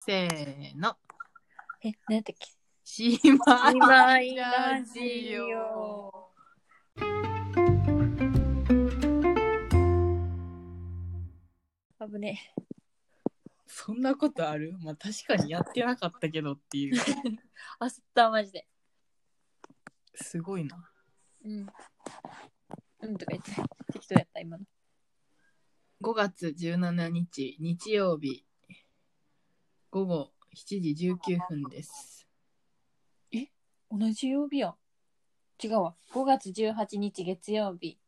せーの。え、なんだっけシーマイ今井ララジジオ。オ。危ねえ。そんなことあるまあ確かにやってなかったけどっていう。焦った、マジで。すごいな。うん。うんとか言って。適当やった、今の。 5月17日、日曜日、午後7時19分です。同じ曜日やん。違うわ。5月18日月曜日。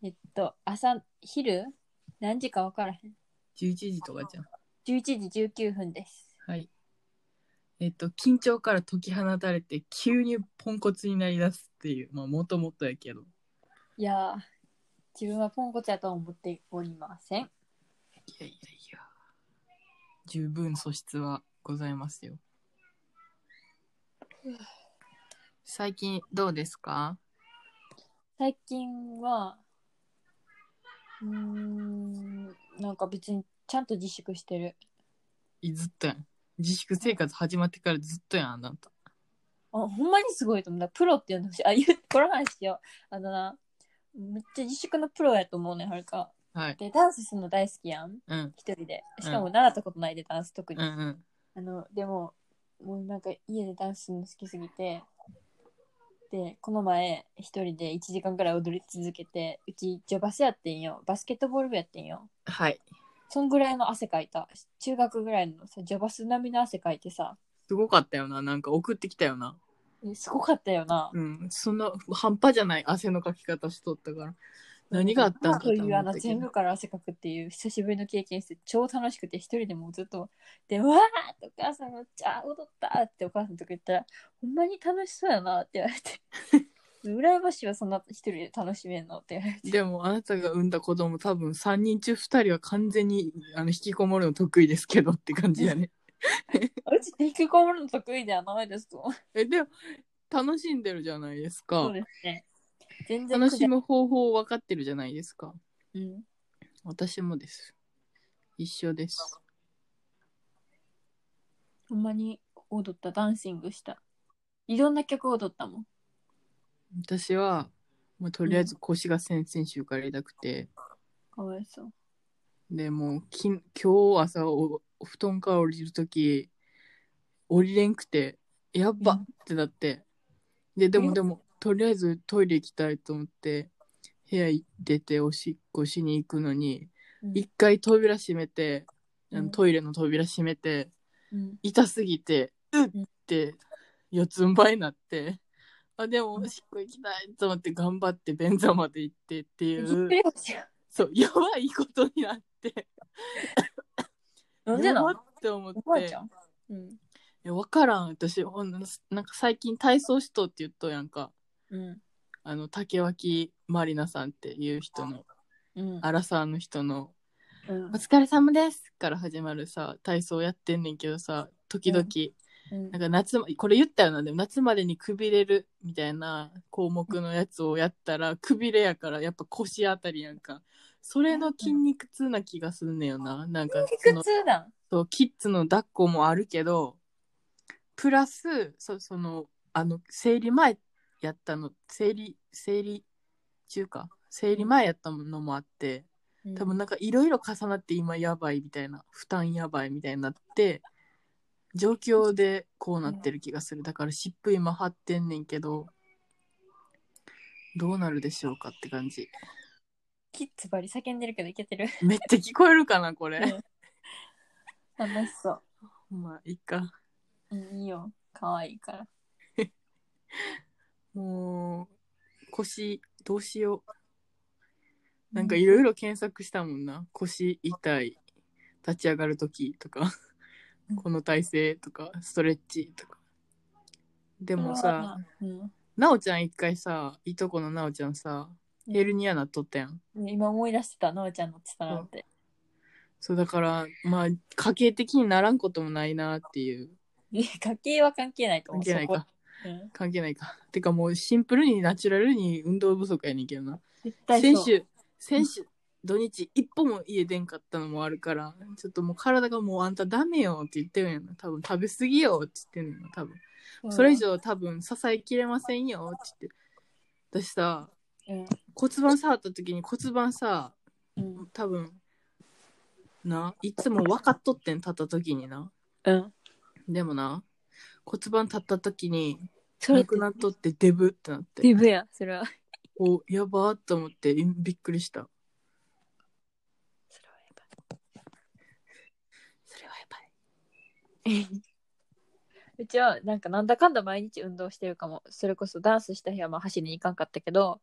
えっと、朝、昼何時か分からへん。 11時とかじゃん。 11時19分です。はい。えっと、緊張から解き放たれて、急にポンコツになりだすっていう、まあ、もともとやけど。いやー、自分はポンコツやとは思っておりません。いやいやいや。十分素質はございますよ。最近どうですか最近は、うーん、なんか別にちゃんと自粛してる。いずっとやん。自粛生活始まってからずっとやん、あなた。あほんまにすごいと思う。だからプロって呼んでほしい。あ、言う、この話しよう。あのな、めっちゃ自粛のプロやと思うねん、はるか。はい。で、ダンスするの大好きやん。うん。一人で。んしかも習ったことないで、ダンス特うに。んうん。あの、でも、もうなんか家でダンスするの好きすぎて、で、この前、一人で1時間くらい踊り続けて、うち、ジョバスやってんよ。バスケットボール部やってんよ。はい。そんぐらいの汗かいた。中学ぐらいのさ、ジョバス並みの汗かいてさ、すごかったよな。なんか送ってきたよな。えすごかったよな。うん。そんな半端じゃない汗のかき方しとったから。何があったんかといとうあ思ったのけど全部から汗かくっていう久しぶりの経験して超楽しくて一人でもうずっとで「わーってお母さんめっちゃ踊った!」ってお母さんとか言ったら「ほんまに楽しそうやな」って言われて 「羨ましいわそんな一人で楽しめんの」って言われてでもあなたが産んだ子供多分3人中2人は完全にあの引きこもるの得意ですけどって感じやね。 「うちって引きこもるの得意ではないですと」えでも楽しんでるじゃないですかそう。ですね全然楽し苦む方法分かってるじゃないですか。じゃうん私もです。一緒です。ほんまに踊ったダンシングしたいろんな曲踊ったもん私は、まあ、とりあえず腰が先々週から痛くて、かわいそうでもうきん今日朝おお布団から降りる時降りれんくてやっばうんってなって、ででえもでもとりあえずトイレ行きたいと思って部屋出ておしっこしに行くのにうん一回扉閉めて、あのうんトイレの扉閉めてうん痛すぎてうっうんて四つん這いになって。あでもうんおしっこ行きたいと思って頑張って便座まで行ってっていぎっうくり腰やそうやばいことになってなんでなやばのって思っておばあちゃんうんいや分からん私ほんなんか最近体操しとって言っとやんかうんあの竹脇まりなさんっていう人のうんアラサーの人の「うおん疲れ様です」から始まるさ体操やってんねんけどさ時々、うんなんか夏まこれ言ったよなでも夏までにくびれるみたいな項目のやつをやったらくびれやからやっぱ腰あたりやんかそれの筋肉痛な気がすんねよななんかその苦痛なんそうキッズの抱っこもあるけどプラスそそのあの生理前やったの生理生理中か生理前やったのもあって多分なんかいろいろ重なって今やばいみたいな負担やばいみたいになって状況でこうなってる気がするだから湿布今張ってんねんけどどうなるでしょうかって感じキッズバリ叫んでるけどいけてるめっちゃ聞こえるかなこれ、 楽しそまあいいかう、うん、いいよ可愛いからもう腰どうしようなんかいろいろ検索したもんな腰痛い立ち上がる時とかこの体勢とかストレッチとかででもさ、うんなおちゃん一回さいとこのなおちゃんさヘルニアなっとったやん今思い出してたのおちゃんのってたなって、そうだからまあ家計的にならんこともないなっていういや 家計は関係ないと思関係うないそかこうん、関係ないかてかもうシンプルにナチュラルに運動不足やねんけどな絶対先そう週、先週、土日一歩も家出んかったのもあるから、ちょっともう体がもうあんたダメよって言ってるんやな。多分食べ過ぎよって言ってんのよ、多分。それ以上多分支えきれませんよって言って。私さ、うん、骨盤触った時に骨盤さ、うん多分、な、いつも分かっとってん、立った時にな。うん、でもな、骨盤立った時に、それなってくなっとってデブってなって。デブやそれはお、やばーと思ってえびっくりした。それはやばそれはやばい。いうちはなんかなんだかんだ毎日運動してるかもそれこそダンスした日はまあ走りに行かんかったけど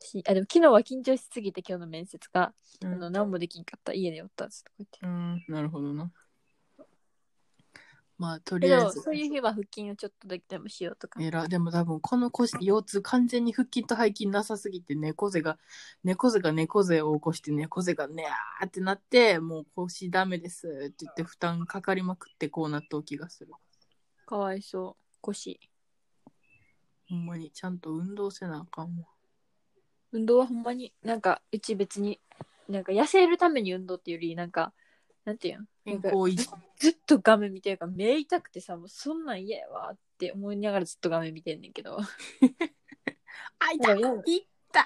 しあでも昨日は緊張しすぎて今日の面接が、うんあの何もできんかった家でおったんですとか言ってうん、なるほどな。まあ、とけりあえどず。そういう日は腹筋をちょっとだけでもしようとかえら、でも多分この腰、腰痛完全に腹筋と背筋なさすぎて、猫背が、猫背が猫背を起こして、猫背がねーってなって、もう腰ダメですって言って負担かかりまくってこうなった気がする。かわいそう腰ほんまに、ちゃんと運動せなあかんわ。運動はほんまになんかうち別になんか痩せるために運動っていうよりなんかなんていうん健康維持。ずっと画面見てるから目痛くてさもうそんなん嫌やわって思いながらずっと画面見てんねんけどあ、痛痛いいった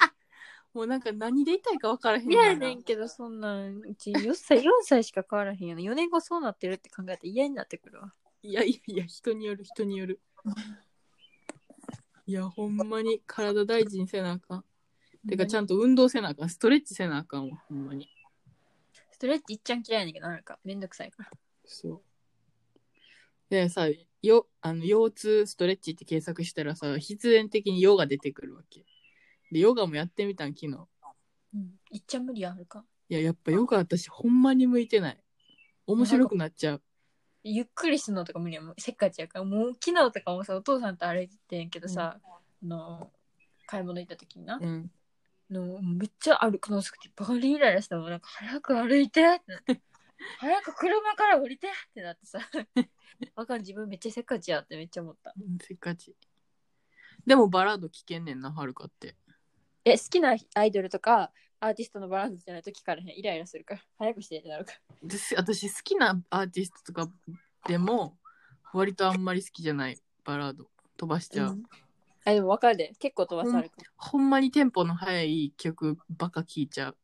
もうなんか何で痛いか分からへん嫌やなねんけどそんなんうち4歳4歳しか変わらへんよね4年後そうなってるって考えたら嫌になってくるわいやいやいや、人による、人による。いや、ほんまに体大事にせなあかん。てか、ちゃんとんと運動せなあかん。ストレッチせなあかんわ、ほんまに。ストレッチいっちゃん嫌いやねんけどなんかめんどくさいからそう。でさ、よ、あの、腰痛ストレッチって検索したらさ、必然的にヨガ出てくるわけ。で、ヨガもやってみたん、昨日。うんいっちゃん無理やんあるかいや、やっぱヨガ私ほんまに向いてない。面白くなっちゃう。ゆっくりするのとか無理やもうせっかちやからもう昨日とかもさお父さんと歩いててんけどさ、あの買い物行った時にな、うん。のめっちゃ歩くの遅くてバリイライラしたもんなんか早く歩 いてってなって早く車から降りてってなってさ あかん自分めっちゃせっかちやってめっちゃ思ったせっかち。でもバラード聞けんねんな、はるかって。え好きなアイドルとかアーティストのバランスじゃないと聞かれへんイライラするから早くしてってなるからです私好きなアーティストとかでも割とあんまり好きじゃないバラード飛ばしちゃう、うんあでも分かるで結構飛ばされるから、ほんまにテンポの速い曲ばっか聴いちゃう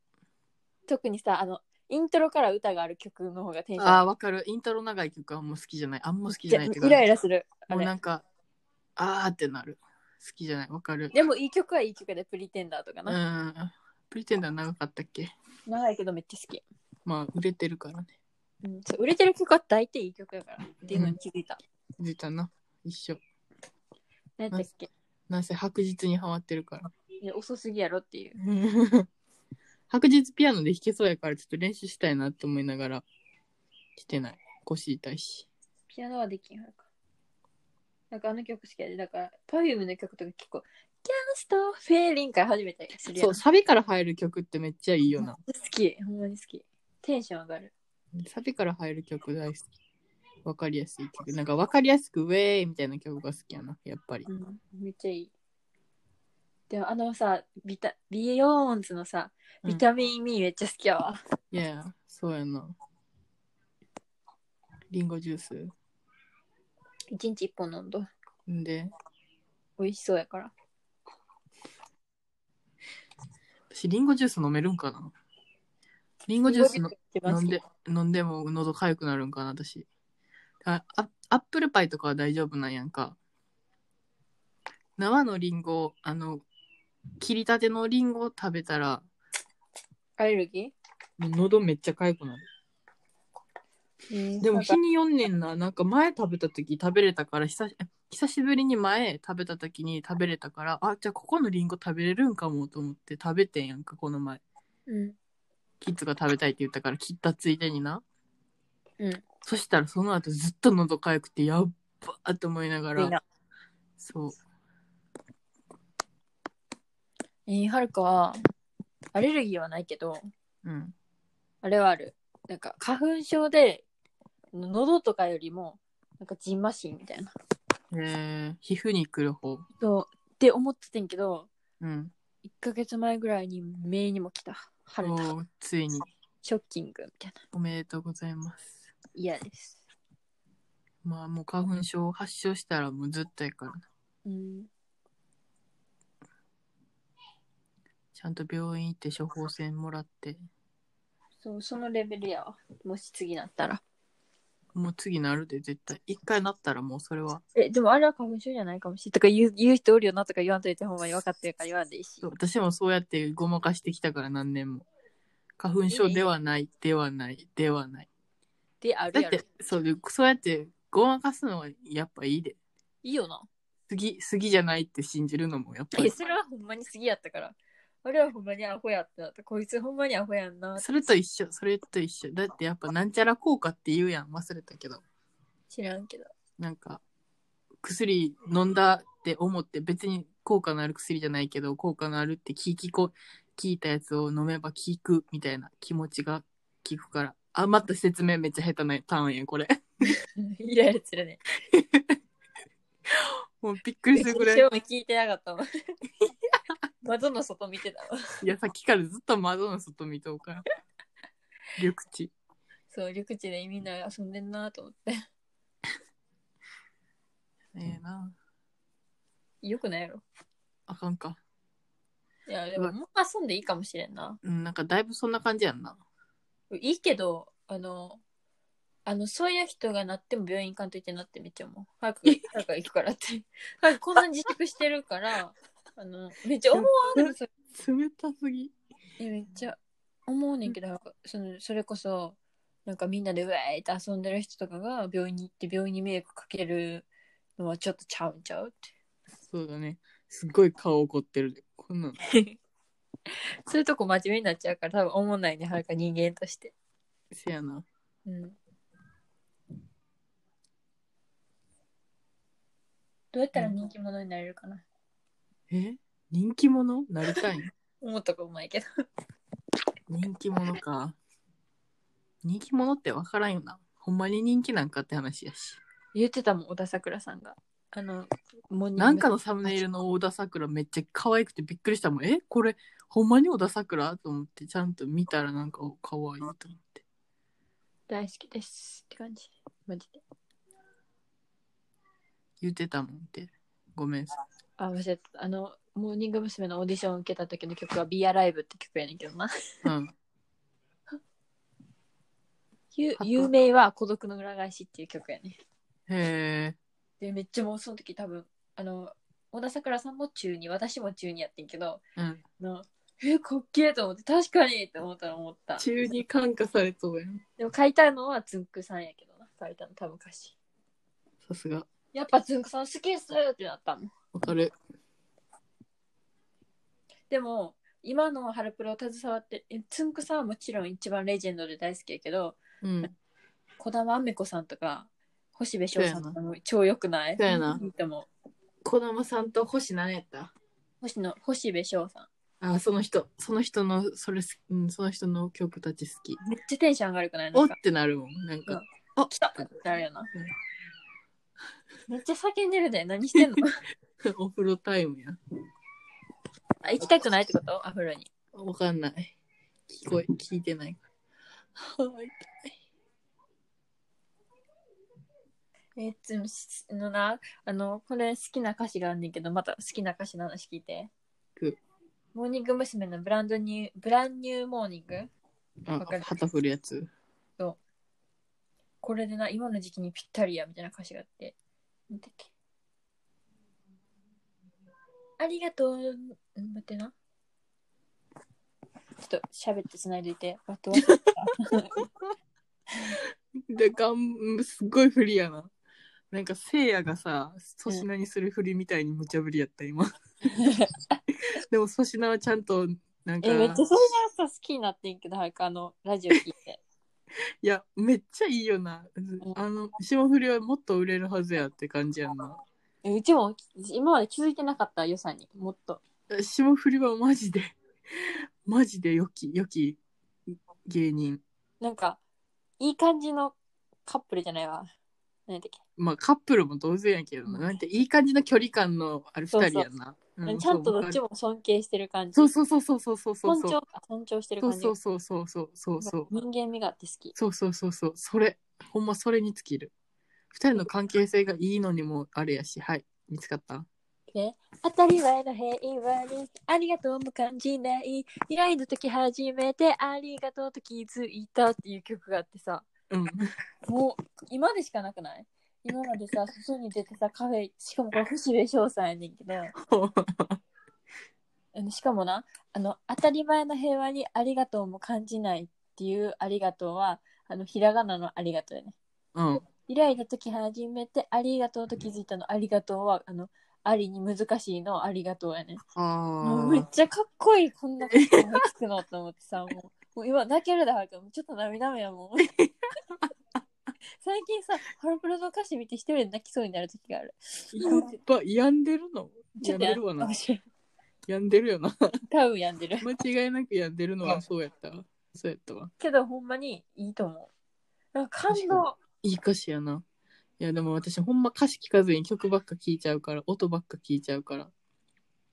特にさあのイントロから歌がある曲の方がテンションああわかるイントロ長い曲はもう好きじゃないあんま好きじゃないっていうイライかラするあもうなれんかあーってなる好きじゃないわかるでもいい曲はいい曲でプリテンダーとかうな、んプリテンダー長かったっけ長いけどめっちゃ好き、まあ売れてるからねうん、そう売れてる曲は大体いい曲やからっていうのに気づいた、出たな一緒何やったっけなんせ白日にハマってるからいや遅すぎやろっていう白日ピアノで弾けそうやからちょっと練習したいなと思いながら来てない腰痛いしピアノはできんはるかなんかあの曲好きやでだから Perfume の曲とか結構「キャンストフェーリン」から初めて知りそうサビから入る曲ってめっちゃいいよな好きほんまに好きテンション上がるサビから入る曲大好きわかりやすい曲なんかわかりやすくウェーイみたいな曲が好きやなやっぱりうんめっちゃいいでもあのさビタビヨーンズのさうんビタミン E めっちゃ好きやわ、いやいやそうやなリンゴジュース一日一本飲んどんで美味しそうやから私リンゴジュース飲めるんかなリンゴジュースの一番好飲んきで、飲んでも喉痒くなるんかな、私。あアアップルパイとかは大丈夫なんやんか。生のリンゴ、あの、切りたてのリンゴを食べたら、アレルギ喉めっちゃ痒くなる。ーでもなんか日によんねんな。なんか前食べた時食べれたから、久し久しぶりに前食べた時に食べれたから、あ、じゃあここのリンゴ食べれるんかもと思って食べてんやんか、この前。うんキッズが食べたいって言ったから切ったついでにな。うんそしたらその後ずっと喉かゆくてやっばーって思いながいいら。なそう。えー、はるかはアレルギーはないけどうん。あれはある。なんか、花粉症で、喉とかよりも、なんか、ジンマシンみたいな。えー、皮膚に来る方。そう。って思っててんけど、うん。 1ヶ月前ぐらいに、目にも来た。晴れた。おーついにショッキングみたいな。おめでとうございます嫌です。まあもう花粉症発症したらもうずっとやからなうん。ちゃんと病院行って処方箋もらってそう、そのレベルやわ。もし次なったら。もう次なるで絶対一回なったらもうそれはえ、でもあれは花粉症じゃないかもしれない。とか言う言う人おるよなとか言わんといてほんまに分かってるから言わんでいいしそう。私もそうやってごまかしてきたから何年も花粉症ではないではないではないで、あるだっやろて。そうでそうやってごまかすのはやっぱいいでいいよな。次次じゃないって信じるのもやっぱえ、りそれはほんまに次やったから。あれはほんまにアホやってなった。こいつほんまにアホやんな。それと一緒それと一緒だってやっぱなんちゃら効果って言うやん忘れたけど知らんけど。 なんか薬飲んだって思って別に効果のある薬じゃないけど効果のあるって聞きこ聞いたやつを飲めば効くみたいな気持ちが効くからあまた説明めっちゃ下手なターンやんこれ イライラするね。もうびっくりするぐらい一応聞いてなかったもん。窓の外見てたわ。いやさっきからずっと窓の外見とうから 緑地そう、緑地でみんな遊んでんなと思って。ええなよくないやろ。あかんかいや、でももう遊んでいいかもしれんな。うんなんかだいぶそんな感じやんないいけど、あの、あの、そういう人がなっても病院行かんといてなってめっちゃ思う。早く、早く行くからって。早くこんな自粛してる から、あの、めっちゃ思わんでもそれ冷たすぎいやめっちゃ思うねんけど、早くその、それこそ、なんかみんなでウェーって遊んでる人とかが病院に行って病院に迷惑かけるのはちょっとちゃうんちゃうっそうだねすごい顔怒ってるでこんなんて。そういうとこ真面目になっちゃうから多分思わないね、はるか人間として。せやなうん。どうやったら人気者になれるかな、え人気者なりたいん思ったことないけど。人気者か人気者って分からんよなほんまに人気なんかって話やし言ってたもん、小田桜さんが。あの、もうなんかのサムネイルの小田さくらめっちゃ可愛くてびっくりしたもんえこれほんまに小田さくらと思ってちゃんと見たらなんかお可愛いと思って大好きですって感じ。マジで。言ってたもんってごめんさあ、忘れてた。あの、モーニング娘。のオーディションを受けた時の曲は Be Alive って曲やねんけどな。うんゆ有名は孤独の裏返しっていう曲やね。へえで、めっちゃもうその時多分、あの、小田桜さんも中に、私も中にやってんけど、うんなえかっけえと思って確かにって思ったら思った中に感化されそうやんでも書いたのはつんくさんやけどな書いたの多分歌詞さすがやっぱつんくさん好きっすってなったもんわかるでも今のハルプロを携わってえつんくさんはもちろん一番レジェンドで大好きやけどうん児玉あめ子さんとか星部翔さんとかも超良くないそうやないいと思う子供さんと星何やった星野星部翔さんあその人その人のそれ好き、うん、その人の曲たち好きめっちゃテンション上がるくないなおんっかてなるもんなんか来たってなるよなめっちゃ叫んでるで何してんの お風呂タイムや。あ行きたくないってことアフロにわかんない。聞こえ、聞いてない。はい。えつもしのなあのこれ好きな歌詞があんねんけどまた好きな歌詞の話聞いてくモーニング娘。のブランドニューブランニューモーニングあわかる、旗振るやつ。これでな今の時期にぴったりやみたいな歌詞があってなんだっけありがとううん待ってなちょっと喋ってつないでいてあと忘れて たで、がん、すっごい振りやな。なんか、せいやがさ、粗品にする振りみたいに無茶ぶりやった、 今。でも、粗品はちゃんと、なんか、えめっちゃいそれがさ好きになってんけど早くあのラジオ聞いてや、めっちゃいいよな。あの、霜降りはもっと売れるはずやって感じやんな。えうちも今まで気づいてなかった予算にもっと霜降りはマジで、マジで良き、良き芸人。なんか、いい感じのカップルじゃないわ。何だっけ、まあカップルも同然やけどな。うんなんていい感じの距離感のある二人やな。うんちゃんとどっちも。も尊敬してる感じ。そうそうそうそうそうそうそう。尊重か、尊重してるそう感じ。そうそうそうそうそうそう。人間味があって好き。そうそうそうそう。それ。ほんまそれに尽きる。二人の関係性がいいのにもあれやし。はい。見つかったね、当たり前の平和にありがとうも感じない未来の時初めてありがとうと気づいたっていう曲があってさうん。 もう今でしかなくない今までさ外に出てさカフェしかもこれ星部翔さんやねんけどあのしかもなあの当たり前の平和にありがとうも感じないっていうありがとうはあのひらがなのありがとうやねうん。未来の時初めてありがとうと気づいたのありがとうはあのありに難しいのありがとうやねもうめっあちゃかっこいいこんなこと思いつくのと思ってさもうもう今泣けるではくちょっと涙目やもん最近さハロプロの歌詞見て一人で泣きそうになる時があるーやっぱ病んでるのちょ病んっとでやるわな面。白い病んでるよな。 多分病んでる間違いなく病んでるのはそうやったわ。そうやったわ。けどほんまにいいと思うなんか感動いい歌詞やな。いやでも私ほんま歌詞聞かずに曲ばっか聴いちゃうから、音ばっか聴いちゃうから。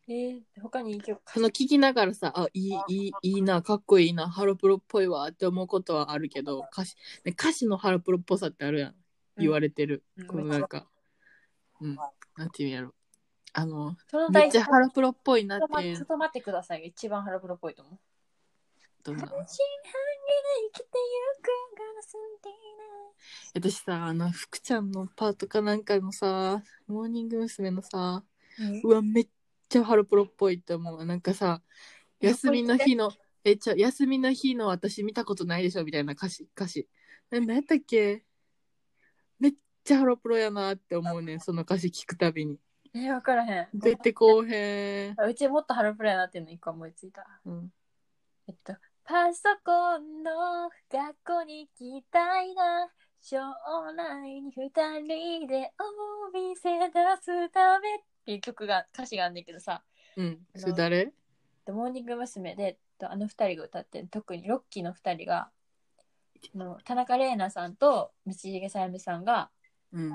えー、他にいい曲その聞きながらさ、あ、いい、いい、いいな、かっこいいな、ハロプロっぽいわって思うことはあるけど、歌詞、ね、歌詞のハロプロっぽさってあるやん。言われてる。うんこのなんか、うん、なんていうんやろ。あの、そのめ大っちゃハロプロっぽいなちっょっとて待いってちょっうと待ってくださいが一番ハロプロっぽいと思うどんな半信半疑で生きてゆくガラスで私さ、あの、福ちゃんのパートかなんかのさ、モーニング娘。のさ、いなうわ、めっちゃハロプロっぽいって思う。なんかさ、休みの日の、え、ちゃ、休みの日の私見たことないでしょみたいな歌詞、歌詞。ななんやったっけめっちゃハロプロやなって思うねんその歌詞聞くたびに。えー、分からへん出てこうへん。あうちもっとハロプロやなっていうの一個思いついた。うん、えっと、パソコンの学校に行きたいな。将来に二人でお店出すためっていう曲が、歌詞があるんだけどさ、うん。それ誰でモーニング娘。で、えっとあの二人が歌ってる特にロッキーの二人が、あの田中玲奈さんと道重さやみさんがうん。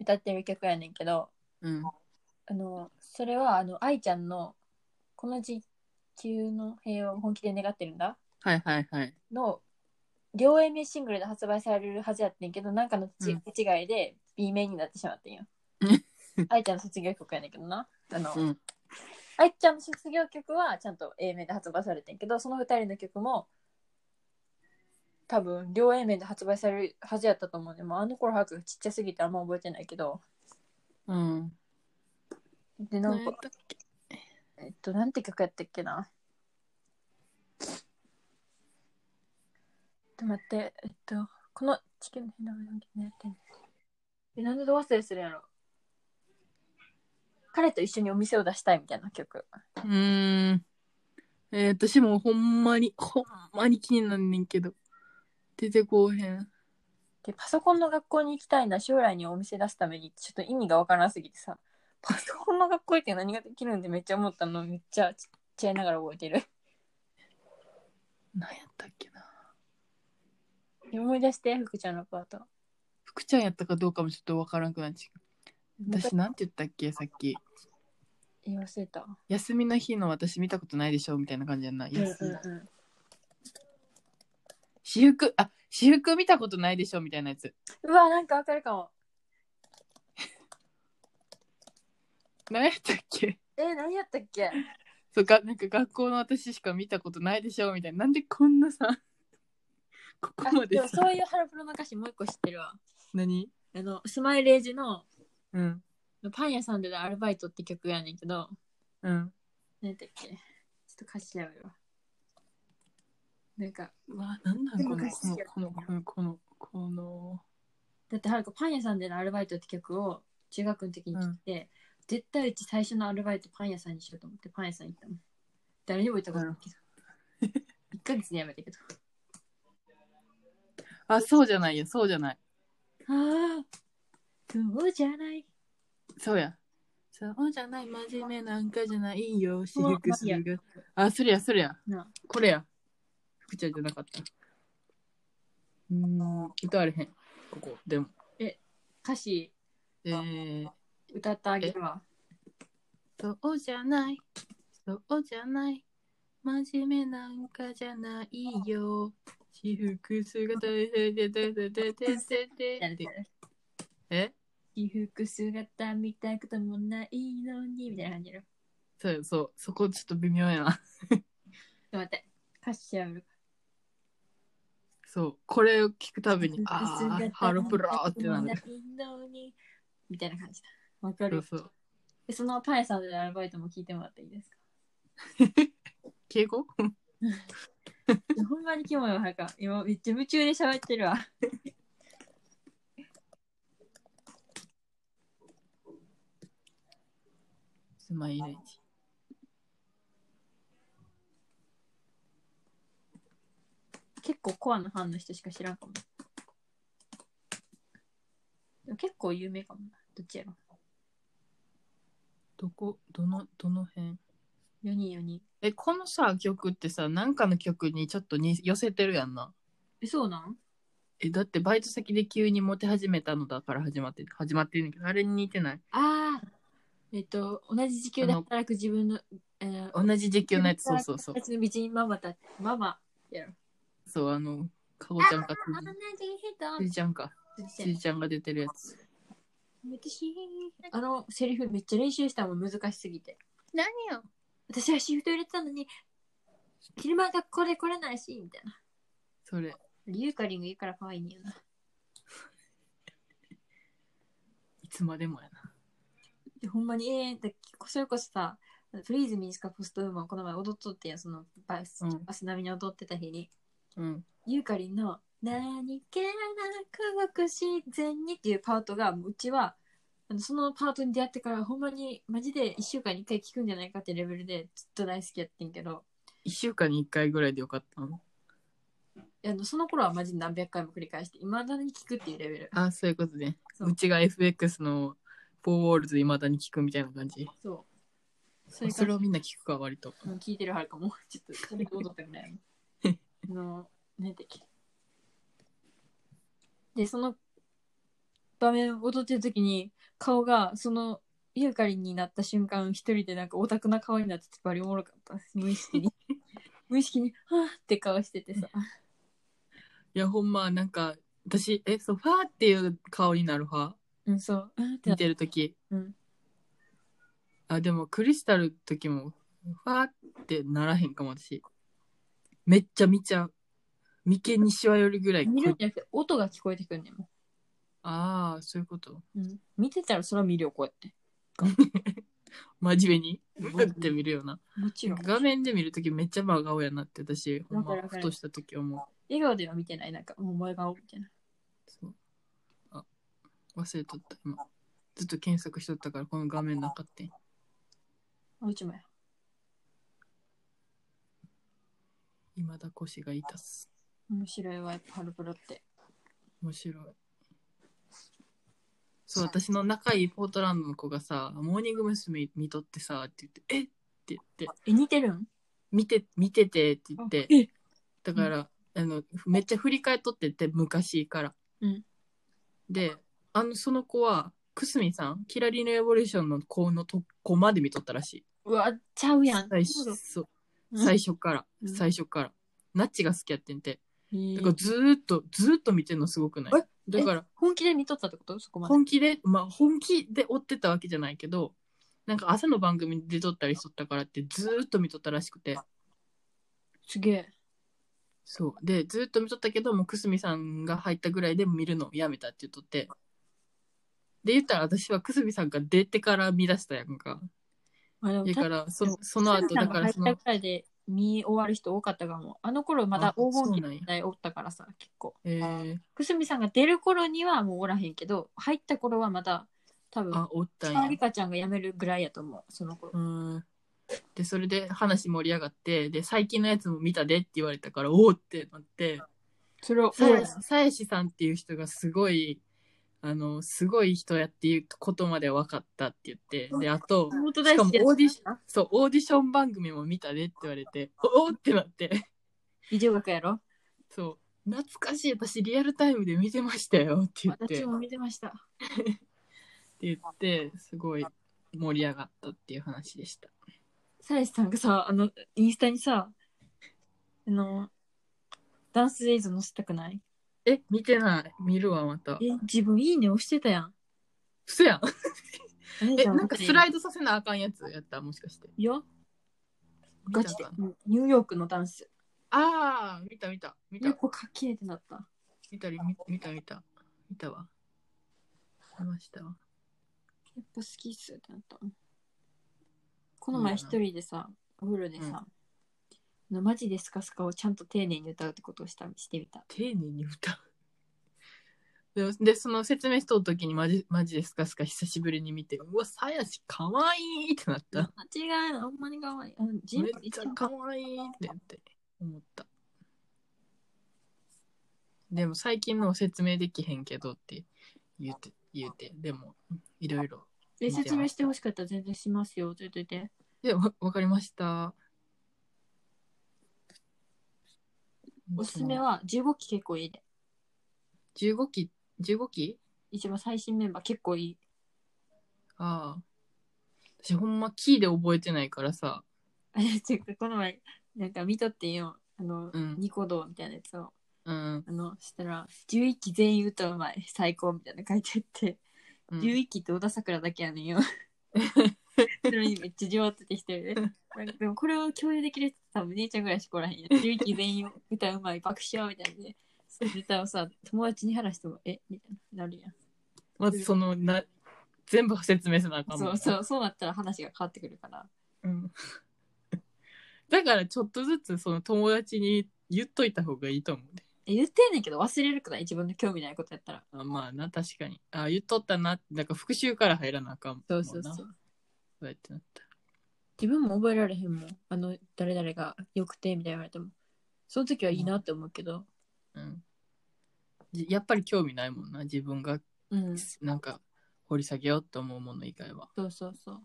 歌ってる曲やねんけど、うん。あの、それはあの、愛ちゃんの、この地球の平和を本気で願ってるんだ。はいはいはい。の両 A 面シングルで発売されるはずやってんけどなんかのち、うん手違いで B 面になってしまって んようん。愛ちゃんの卒業曲やねんけどな。あの、うん。愛ちゃんの卒業曲はちゃんと A 面で発売されてんけどその二人の曲も多分両 A 面で発売されるはずやったと思うね。もうあの頃はずちっちゃすぎてあんま覚えてないけど。うん。でななんんやっか、たっけえっとなんて曲やったっけな。ちょっと待って、えっと、この地球の変な話になってんのえ、なんでどう忘れするんやろ彼と一緒にお店を出したいみたいな曲。うーん。えー、私もほんまに、ほんまに気になんねんけど。出てこうへん。で、パソコンの学校に行きたいな、将来にお店出すために、ちょっと意味がわからなすぎてさ、パソコンの学校行って何ができるんってめっちゃ思ったの、めっちゃちっちゃいながら覚えてる。なんやったっけな。思い出して、福ちゃんのパート。福ちゃんやったかどうかもちょっとわからんくなっちゃう。私なんて言ったっけさっき。言わせた。休みの日の私見たことないでしょみたいな感じやんな。うんうん休うん。私服、あ、私服見たことないでしょみたいなやつ。うわ、なんかわかるかも。何やったっけえ、何やったっけそうか、なんか学校の私しか見たことないでしょみたいな。なんでこんなさ、 ここあまででもさそ、ういうハロプロの歌詞もう一個知ってるわ。何あの、スマイレージのうん。パン屋さんでのアルバイトって曲やねんけど、うん。何だっけちょっと歌詞やめるわ。なんか、うわ、なんなんこの、難しこいのよ、この、この、この、この、だってはるかパン屋さんでのアルバイトって曲を中学の時に聞いて、絶対うち最初のアルバイトパン屋さんにしようと思ってパン屋さん行ったもん。誰にも言ったことないけど。1ヶ月でやめたけど。 あ、そうじゃないよ、そうじゃない。ああ、そうじゃない。そうや。そうじゃない、真面目なんかじゃないよ、私うわ服マジや姿。あ、それや、それや。なあこれや。福ちゃんじゃなかった。うーん、歌われへん。ここ、でも。歌詞えー、歌ってあげるわ。そうじゃない、そうじゃない、真面目なんかじゃないよ。私服姿ででででででででで。え衣服姿見たこともないのにみたいな感じの。ちょそうそう、そこちょっと微妙やな。っと待って。歌詞やる。そう、これを聞くたびに、服あ姿あ見、たハロプラーってなこる。ともないのにみたいな感じだ。わかそるう。そう。でそのパン屋さんでのアルバイトも聞いてもらっていいですか敬語 いやほんまにキモいわ、はか。今、めっちゃ夢中で喋ってるわ。スマイレージ。結構コアなファンの人しか知らんかも。でも結構有名かもな。どっちやろどこ、どの、どの辺 ?4 人4人。え、このさ、曲ってさ、なんかの曲にちょっとに寄せてるやんな。え、そうなんえ、だってバイト先で急にモテ始めたのだから始まって、始まってるんだけど、あれに似てないああ。えっと、同じ時給で働く自分の、えー、同じ時給のやつ、そうそうそう同。じ道にママた、ママ、やろ。そう、あの、かごちゃんか、同つじじちゃんか、つ人じちゃんが出てるやつ。あのセリフめっちゃ練習したもん難しすぎて何よ私はシフト入れてたのに昼間学校で来れないしみたいなそれ、リューカリング言うから可愛いねんないつまでもやな。でほんまにええだそれこそさプリーズミニスカポストウーマンこの前踊っとってやんそのバス、うんバス並みに踊ってた日にうん。ユーカリンの「何気なく不自然に」っていうパートがもううちはあのそのパートに出会ってからほんまにマジで1週間に1回聞くんじゃないかってレベルでずっと大好きやってんけど一週間に一回ぐらいでよかったの。あのその頃はマジで何百回も繰り返していまだに聞くっていうレベルあ、そういうことね。そううちが FX のフォーウォールズ未だに聞くみたいな感じ。そうそれそかれらをみんな聞くか、割と。もう聞いてるはるかも ちょっとそれで踊ったぐ らいあの何だっけでその場面踊ってる時に顔がそのユーカリになった瞬間一人でなんかオタクな顔になっててバリおもろかった無意識 に無意識に「はあ」って顔しててさいや、ほんま、なんか、私、え、そう、ファーっていう顔になるファーうんそう「あ」って見なっててるとき。うんあ、でも、クリスタルの時も、ファーってならへんかも、私。めっちゃ見ちゃう。眉間にしわ寄るぐらい。見るんじゃなくて音が聞こえてくるねんもああ、そういうこと。う、うん、見てたらそれは見るよこうやって真面目に。うわって見るような。もちろん画面で見るときめっちゃ真顔やなって、私、ほんわかま、るわふかるとしたとき思う。笑顔では見てないなんかもうお前顔みたいなそうあ、忘れとった、今。ずっと検索しとったから、この画面なかった。あうちもや今だ腰が痛す。面白いわやっぱハロプロって面白い。そう、私の仲いいポートランドの子がさ、モーニング娘。見とってさ、って言って、えって言って、え似てるん見て、見ててって言って、えだから、あの、めっちゃ振り返っとってて、昔から。うんで、あの、その子は、くすみさん、キラリのエボリューションの子のとこまで見とったらしい。うわちゃうやん最初、そううん最初から、うん最初から。ナッチが好きやってんて。へーだからずーっと、ずーっと見てんのすごくないえだから、本気で見とったってことそこまで。本気で、まあ、本気で追ってたわけじゃないけど、なんか朝の番組に出とったりしとったからってずーっと見とったらしくて、すげえ。そう。で、ずーっと見とったけど、もうくすみさんが入ったぐらいで見るのをやめたって言っとって、で、言ったら私はくすみさんが出てから見出したやんか。まあでもだかたら、そのその後、さだんがからそ入っのた、ぐらいで見終わる人多かったかも。あの頃まだ黄金期あそうなんやの時代おったからさ、結構。えー、くすみさんが出る頃にはもうおらへんけど、入った頃はまだ多分、あ、おったん北やリ。カちゃんが辞めるぐらいやと思う、その頃。うん。で、それで話盛り上がって、で、最近のやつも見たでって言われたから、おおってなって、それを、さやさやしさんっていう人がすごい、あの、すごい人やっていうことまで分かったって言って、で、あと、本し大か好もきやオーディシつなそう、オーディショ ン番組も見たでって言われて、おおってなって、美女学やろそう。懐かしい私リアルタイムで見てましたよって言って私も見てました。って言ってすごい盛り上がったっていう話でしたサレスさんがさ、あの、インスタにさ、あの、ダンス映像載せたくないえ見てない見るわまたえ、自分いいね押してたやん。嘘やんええなんかスライイドさせなあかんやつやったもしかしてよ、ガチ見でたか。ニューヨークのダンス。ああ見た見た見た猫かっけえってなった。見たり見見た見た見たわ見ましたわやっぱ好きっすってなった。この前一人でさ、お風呂でさ、あのマジでスカスカをちゃんと丁寧に歌うってことをしたしてみた。丁寧に歌うででその説明しとる時にマジマジでスカスカ久しぶりに見てうわさやしかわいいってなった間違いない、ほんまに可愛い。あの、ジンめっちゃかわいいってなって思ったでも最近の説明できへんけどって言うて言うてでもいろいろえ説明してほしかったら全然しますよ、ずっと言って。でわわかりましたおすすめは15期結構いいで。 15期15期一番最新メンバー結構い い。ああ私ほんまキーで覚えてないからさあれ、ちょっとこの前、なんか見とってんよ。あの、うんニコ動みたいなやつを。うんあの、したら、11期全員歌うまい。最高みたいなの書いてあって、うん11期って小田桜だけやねんよ。 それにめっちゃじわってて一人で。なんかでもこれを共有できる人多分姉ちゃんぐらいしかおらへんやん。11期全員歌うまい。爆笑みたいなね。そのネタをさ、友達に話しても、えみたいな、なるやん。まずそのな全部説明せなあかんそもうんそう、そうなったら話が変わってくるから。うん、 だからちょっとずつその友達に言っといた方がいいと思うねえ言ってんねんけど忘れるくない自分の興味ないことやったら。。あまあな確かにあ言っとったなだから復習から入らなあかんもんなそううやってなった自分も覚えられへんもん。あの、誰々がよくて、みたいな言われても。その時はいいなって思うけど。うんじやっぱり興味ないもんな自分がうん。なんか掘り下げようと思うもの以外はそうそうそほ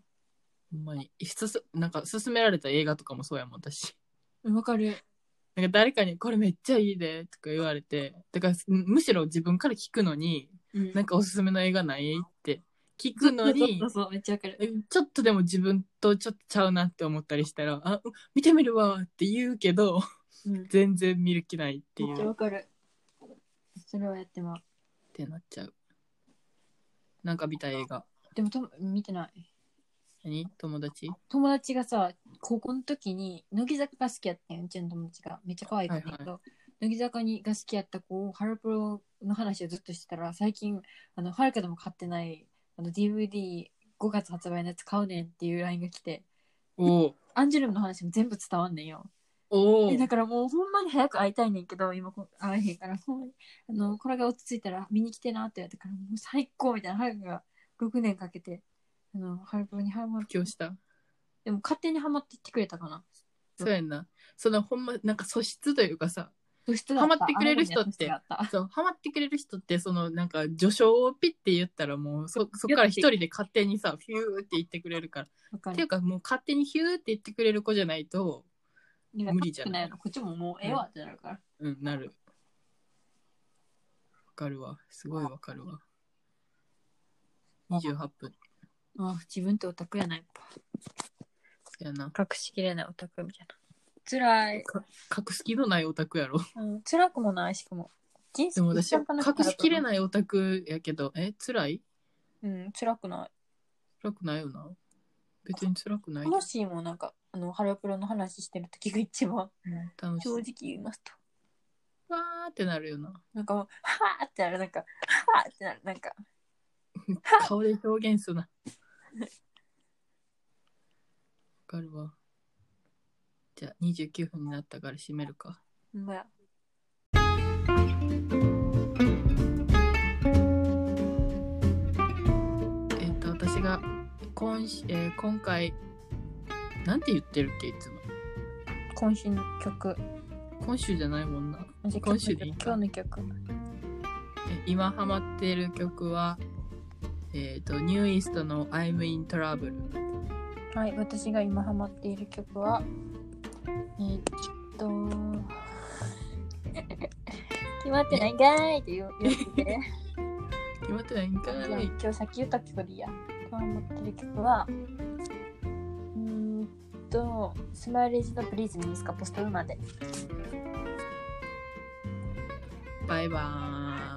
んまにすすなんか勧められた映画とかもそうやもん私う。わかる。なんか誰かに「これめっちゃいいで」とか言われてだからむむしろ自分から聞くのにうんなんかおすすめの映画ないって聞くのにそうそうそう、めっちゃわかる。ちょっとでも自分とちょっとちゃうなって思ったりしたら「あうん見てみるわ」って言うけどうん。全然見る気ないっていめっちゃうっわかる。それはやってまう。てなっちゃうなんか見た映画でもと、見てない。何友達友達がさ高校の時に乃木坂が好きやったんようちの友達がめっちゃ可愛い子やったんやけど、乃木坂にが好きやった子をハロプロの話をずっとしてたら最近あのはるかでも買ってないあの DVD5 月発売のやつ買うねんっていう LINE が来ておーアンジュルムの話も全部伝わんねんよおでだーからもうほんまに早く会いたいねんけど今こ会えへんからほんまにあのこれが落ち着いたら見に来てなって言われたからもう最高みたいなはるかが6年かけてあのハロプロにハマる今日したでも勝手にハマっていってくれたかなそうやんなそのほんまなんか素質というかさ露出ハマってくれる人ってあ のそうハマってくれる人ってそのなんか序章をピッて言ったらもうそそこから一人で勝手にさヒューって言ってくれるから子っにていはうかもう勝手にヒューって言ってくれる子じゃないとやっぱり無理じゃないわかんのこっちももうええわってなるから。うんなるわかるわすごいわかるわ28分あ自分ってオタクやない。やな隠しきれないオタクみたいな。辛い。隠す気のないオタクや ろうん、辛くもないしかも。人でも私は隠しきれい。ないオタクやけどえ辛いうん、辛くない。辛くないよな別に辛くない楽しいもんなんか、あの、ハロプロの話してる時が一番、楽しい正直言いますと。わーってなるよななんかもう、はーってなる、なんか、はーってなる、なんか、顔で表現するな。わかるわ。じゃあ29分になったから閉めるか。ほんまや。えっ、と私が今し、えー今回なんて言ってるっけいつも。今週の曲、今週じゃないもんな。じゃあ今週でいいんか今日の曲。え今ハマってる曲はえっ、とニューイーストの I'm in Trouble。はい、私が今ハマっている曲は、えーっと、決まってないんかーいって言う言ってて。決まってないんかじゃあい。今日さっき言った曲でいいや。今日持ってる曲は、うーんと、スマイレージのプリズムですか、ポストウーマンで。バイバーイ。